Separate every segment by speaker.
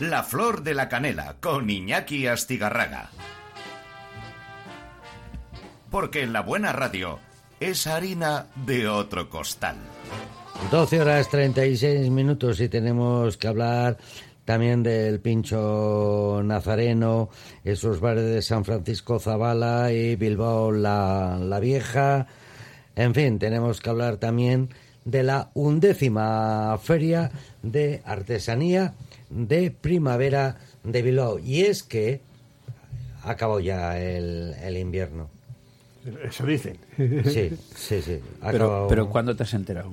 Speaker 1: La Flor de la Canela con Iñaki Astigarraga. Porque en la buena radio es harina de otro costal.
Speaker 2: 12 horas 36 minutos y tenemos que hablar también del pincho nazareno, esos bares de San Francisco Zabala y Bilbao la, la Vieja. En fin, tenemos que hablar también de la undécima feria de artesanía de primavera de Bilbao. Y es que ha acabado ya el, el invierno.
Speaker 3: Eso dicen.
Speaker 2: Sí, sí, sí. ha
Speaker 4: Pero,
Speaker 2: acabado-
Speaker 4: pero ¿cuándo te has enterado?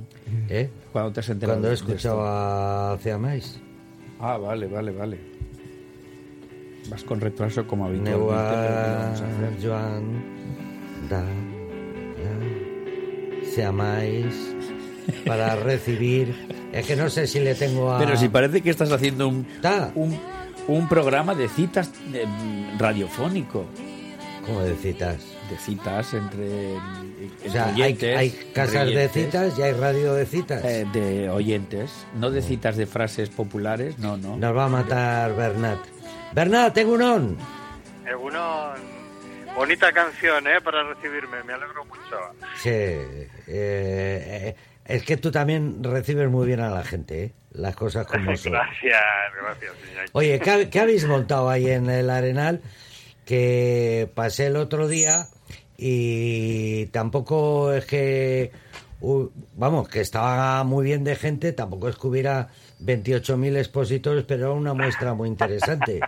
Speaker 2: ¿Eh?
Speaker 4: ¿Cuándo te has enterado?
Speaker 2: Cuando
Speaker 4: de
Speaker 2: he
Speaker 4: esto?
Speaker 2: escuchado a Ceamais,
Speaker 4: Ah, vale, vale, vale. Vas con retraso como habitualmente. pero ¿qué
Speaker 2: Neua,
Speaker 4: vamos a hacer?
Speaker 2: Joan, Da, Ya, Ceamais, para recibir. Es que no sé si le tengo a.
Speaker 4: Pero si parece que estás haciendo un,
Speaker 2: Ta.
Speaker 4: un, un programa de citas eh, radiofónico.
Speaker 2: ¿Cómo de citas?
Speaker 4: De citas entre, mm, entre
Speaker 2: O sea, hay,
Speaker 4: oyentes.
Speaker 2: hay
Speaker 4: entre
Speaker 2: casas de
Speaker 4: oyentes,
Speaker 2: citas y hay radio de citas.
Speaker 4: eh, de oyentes. No de citas de frases populares, no, no.
Speaker 2: Nos va a matar Bernat. Bernat, tengo un on.
Speaker 5: Egunon, bonita canción, ¿eh? Para recibirme, me alegro mucho.
Speaker 2: Sí. eh, eh, es que tú también recibes muy bien a la gente, ¿eh? las cosas como son.
Speaker 5: Gracias, gracias, Iñaki.
Speaker 2: Oye, ¿qué, hab- qué habéis montado ahí en el Arenal? Que pasé el otro día y tampoco es que. u- vamos, que estaba muy bien de gente, tampoco es que hubiera 28.000 expositores, pero era una muestra muy interesante.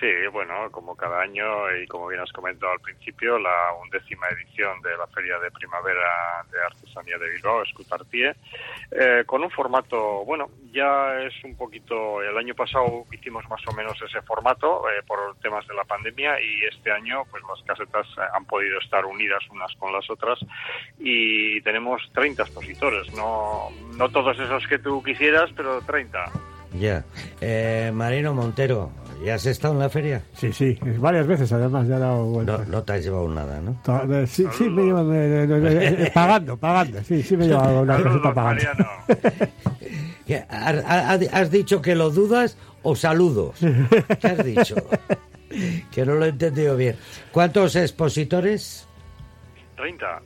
Speaker 5: Sí, bueno, como cada año y como bien has comentado al principio, la undécima edición de la Feria de Primavera de Artesanía de Bilbao, Escutartie, eh, con un formato, bueno, ya es un poquito, el año pasado hicimos más o menos ese formato eh, por temas de la pandemia y este año pues las casetas eh, han podido estar unidas unas con las otras y tenemos 30 expositores, no, no todos esos que tú quisieras, pero 30.
Speaker 2: Ya. Eh, Marino Montero, ¿ya has estado en la feria?
Speaker 3: Sí, sí, es varias veces además ya ha dado
Speaker 2: No,
Speaker 3: vueltas.
Speaker 2: no te has llevado nada, ¿no?
Speaker 3: Ta- eh, Sí, sí, me llevan eh, eh, eh, pagando, pagando. Sí, sí, me llevan una
Speaker 5: Saludos,
Speaker 3: caseta pagando.
Speaker 5: Mariano.
Speaker 2: ¿Qué, ha- ha- ha- ¿Has dicho que lo dudas o saludos? ¿Qué has dicho? que no lo he entendido bien. ¿Cuántos expositores?
Speaker 5: 30.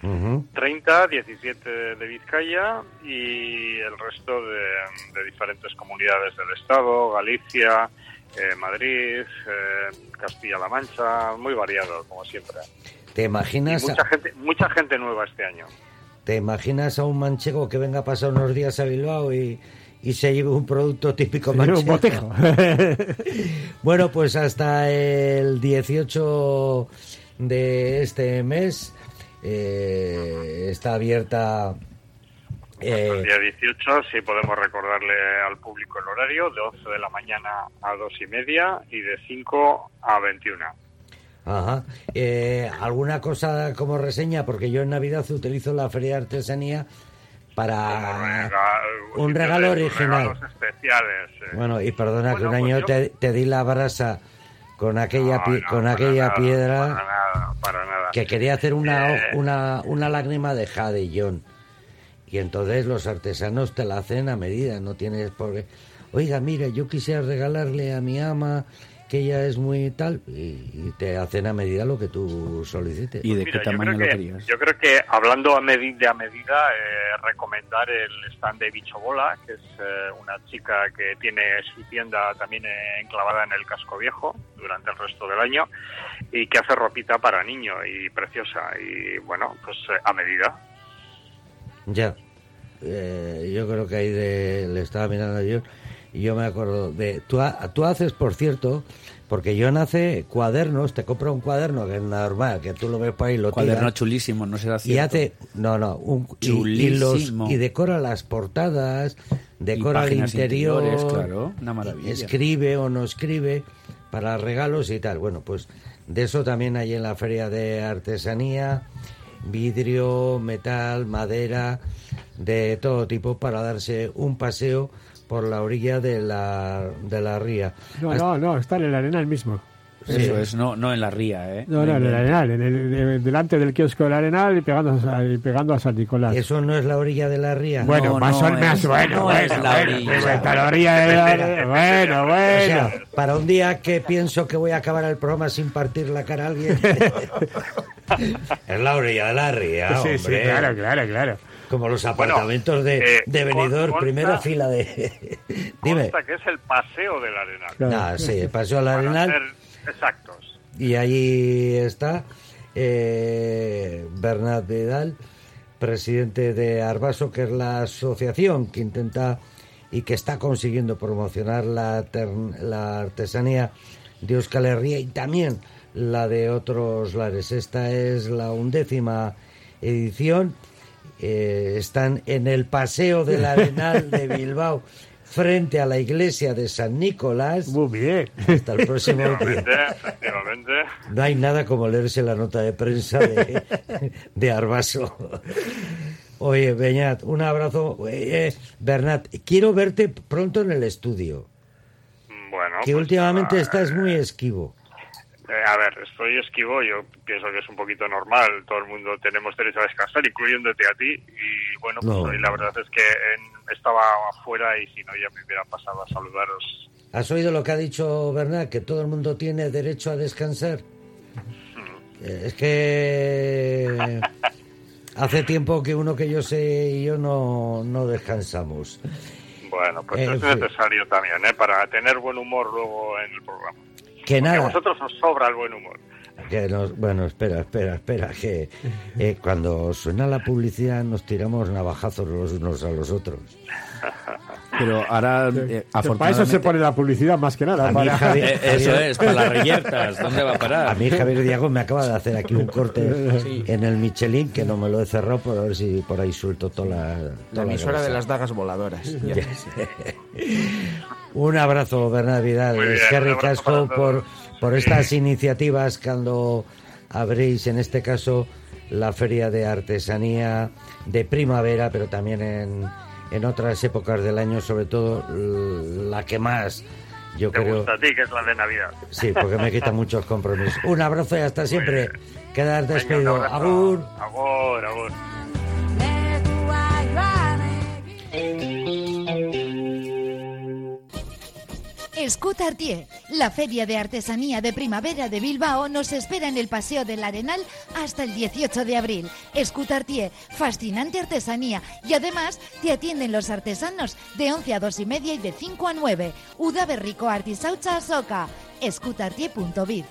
Speaker 2: Ujú.
Speaker 5: 30, 17 de Vizcaya y el resto de, de diferentes comunidades del Estado, Galicia, eh, Madrid, eh, Castilla-La Mancha, muy variado, como siempre.
Speaker 2: ¿Te
Speaker 5: Y
Speaker 2: imaginas,
Speaker 5: mucha, gente, mucha gente nueva este año.
Speaker 2: ¿Te imaginas a un manchego que venga a pasar unos días a Bilbao y, y se lleve un producto típico
Speaker 3: Era un
Speaker 2: manchego?
Speaker 3: botejo.
Speaker 2: Bueno, pues hasta el 18 de este mes eh, está abierta. eh,
Speaker 5: El día 18, sí podemos recordarle al público el horario, de 11 de la mañana a 2 y media y de 5 a 21.
Speaker 2: ajá. Eh, ¿Alguna cosa como reseña? Porque yo en Navidad utilizo la Feria de Artesanía
Speaker 5: Como
Speaker 2: para.
Speaker 5: rega-
Speaker 2: Ah, un regalo original.
Speaker 5: Regalos especiales. eh.
Speaker 2: Bueno, y perdona que un
Speaker 5: Bueno, pues
Speaker 2: año
Speaker 5: yo-
Speaker 2: te, te di la brasa con aquella,
Speaker 5: No,
Speaker 2: pi-
Speaker 5: no,
Speaker 2: con
Speaker 5: para
Speaker 2: aquella
Speaker 5: nada,
Speaker 2: piedra.
Speaker 5: Para nada, para nada.
Speaker 2: que quería hacer una,
Speaker 5: Eh.
Speaker 2: ho- una, una lágrima de jadellón. Y entonces los artesanos te la hacen a medida, no tienes por qué... Oiga, mira, yo quisiera regalarle a mi ama, que ella es muy tal, y, y te hacen a medida lo que tú solicites.
Speaker 4: ¿Y de
Speaker 5: Mira,
Speaker 4: qué
Speaker 5: yo
Speaker 4: tamaño
Speaker 5: creo
Speaker 4: lo
Speaker 5: que-
Speaker 4: querías?
Speaker 5: Yo creo que hablando a medi- de a medida, eh, recomendar el stand de Bicho Bola, que es eh, una chica que tiene su tienda también eh, enclavada en el casco viejo durante el resto del año y que hace ropita para niño y preciosa. Y bueno, pues eh, a medida.
Speaker 2: Ya, Eh, yo creo que ahí de- le estaba mirando yo, y yo me acuerdo de... Tú, ha- tú haces, por cierto, porque John hace cuadernos, te compra un cuaderno que es normal, que tú lo ves por ahí y lo tiras.
Speaker 4: Cuaderno chulísimo, no será
Speaker 2: Y
Speaker 4: cierto.
Speaker 2: hace, no, no, un, y, y los-
Speaker 4: Chulísimo.
Speaker 2: y decora las portadas, decora el
Speaker 4: páginas
Speaker 2: interior,
Speaker 4: interiores, claro, una maravilla.
Speaker 2: escribe o no escribe para regalos y tal. Bueno, pues de eso también hay en la feria de artesanía, vidrio, metal, madera, de todo tipo para darse un paseo por la orilla de la, de la ría.
Speaker 3: No,
Speaker 2: Hasta-
Speaker 3: no, no, está en el arenal mismo.
Speaker 4: Eso es, no, no en la ría, ¿eh?
Speaker 3: No, no, en el Arenal, en el- en- delante del kiosco del Arenal y pegando a, y pegando a San
Speaker 4: Ah.
Speaker 3: Nicolás.
Speaker 2: Eso no es la orilla de la ría.
Speaker 3: Bueno,
Speaker 4: No,
Speaker 3: más
Speaker 4: no,
Speaker 3: o menos,
Speaker 4: es-
Speaker 3: bueno,
Speaker 4: no
Speaker 3: bueno,
Speaker 4: es la
Speaker 3: bueno,
Speaker 4: orilla.
Speaker 3: pues, esta la orilla de la- bueno,
Speaker 2: O
Speaker 3: bueno.
Speaker 2: sea, para un día que pienso que voy a acabar el programa sin partir la cara a alguien. es la orilla de la ría,
Speaker 3: sí,
Speaker 2: hombre.
Speaker 3: sí, claro, claro, claro.
Speaker 2: Como los apartamentos de,
Speaker 5: eh,
Speaker 2: de
Speaker 5: con-
Speaker 2: Benidorm,
Speaker 5: consta-
Speaker 2: primera fila de... Dime.
Speaker 5: Consta que es el paseo del Arenal.
Speaker 3: Claro.
Speaker 2: Ah, sí, paseo al
Speaker 5: Para
Speaker 2: Arenal.
Speaker 5: ser exactos.
Speaker 2: Y allí está eh, Bernat Vidal, presidente de Arbaso, que es la asociación que intenta y que está consiguiendo promocionar la, ter- la artesanía de Euskal Herria y también la de otros lares. Esta es la undécima edición. Eh, están en el Paseo del Arenal de Bilbao, frente a la iglesia de San Nicolás.
Speaker 3: Muy bien.
Speaker 2: Hasta el próximo día.
Speaker 5: Efectivamente, efectivamente.
Speaker 2: No hay nada como leerse la nota de prensa de, de Arbaso. Oye, Beñat, un abrazo. Eh, eh, Bernat, quiero verte pronto en el estudio,
Speaker 5: Bueno.
Speaker 2: que
Speaker 5: pues,
Speaker 2: últimamente
Speaker 5: ah,
Speaker 2: estás muy esquivo.
Speaker 5: Eh, a ver, estoy esquivo, yo pienso que es un poquito normal, todo el mundo tenemos derecho a descansar, incluyéndote a ti, y bueno, pues
Speaker 2: No.
Speaker 5: hoy la verdad es que en- estaba afuera y si no ya me hubiera pasado a saludaros.
Speaker 2: ¿Has oído lo que ha dicho Bernat, que todo el mundo tiene derecho a descansar? Eh, Es que hace tiempo que uno que yo sé y yo no, no descansamos.
Speaker 5: Bueno, pues
Speaker 2: Eh,
Speaker 5: es
Speaker 2: sí.
Speaker 5: necesario también, ¿eh? Para tener buen humor luego en el programa.
Speaker 2: Que
Speaker 5: Que a
Speaker 2: nada.
Speaker 5: vosotros os sobra el buen humor.
Speaker 2: Que nos- bueno, espera, espera, espera, que eh, cuando suena la publicidad nos tiramos navajazos los unos a los otros.
Speaker 4: Pero ahora, eh,
Speaker 3: Para eso se
Speaker 4: afortunadamente...
Speaker 3: pone la publicidad más que nada.
Speaker 2: A mí,
Speaker 3: para-
Speaker 2: Javi-
Speaker 4: Eh, eso es, para las reyertas, ¿dónde va a parar?
Speaker 2: A mí Javier Diago me acaba de hacer aquí un corte en el Michelin que no me lo he cerrado por a ver si por ahí suelto toda la...
Speaker 6: La
Speaker 2: toda la
Speaker 6: emisora de
Speaker 2: grasa.
Speaker 6: las dagas voladoras. Ya.
Speaker 2: Un abrazo, Bernard Vidal.
Speaker 5: Muy bien,
Speaker 2: Es que
Speaker 5: un abrazo
Speaker 2: ricasco
Speaker 5: para
Speaker 2: por,
Speaker 5: todos.
Speaker 2: por
Speaker 5: Sí.
Speaker 2: estas iniciativas cuando abrís, en este caso, la Feria de Artesanía de primavera, pero también en, en otras épocas del año, sobre todo l- la que más, yo
Speaker 5: Te
Speaker 2: creo.
Speaker 5: gusta a ti, que es la de Navidad.
Speaker 2: Sí, porque me quita muchos compromisos. Un abrazo y hasta siempre. Quedar
Speaker 5: Venga, un
Speaker 2: despedido.
Speaker 5: abrazo.
Speaker 2: Agur.
Speaker 5: Agur, agur.
Speaker 7: negua joan egin.
Speaker 8: Escut Artier, la feria de artesanía de primavera de Bilbao nos espera en el Paseo del Arenal hasta el 18 de abril. Escut Artier, fascinante artesanía y además te atienden los artesanos de 11 a 2 y media y de 5 a 9. Udaberriko Artisautza Soka, escutartier.biz.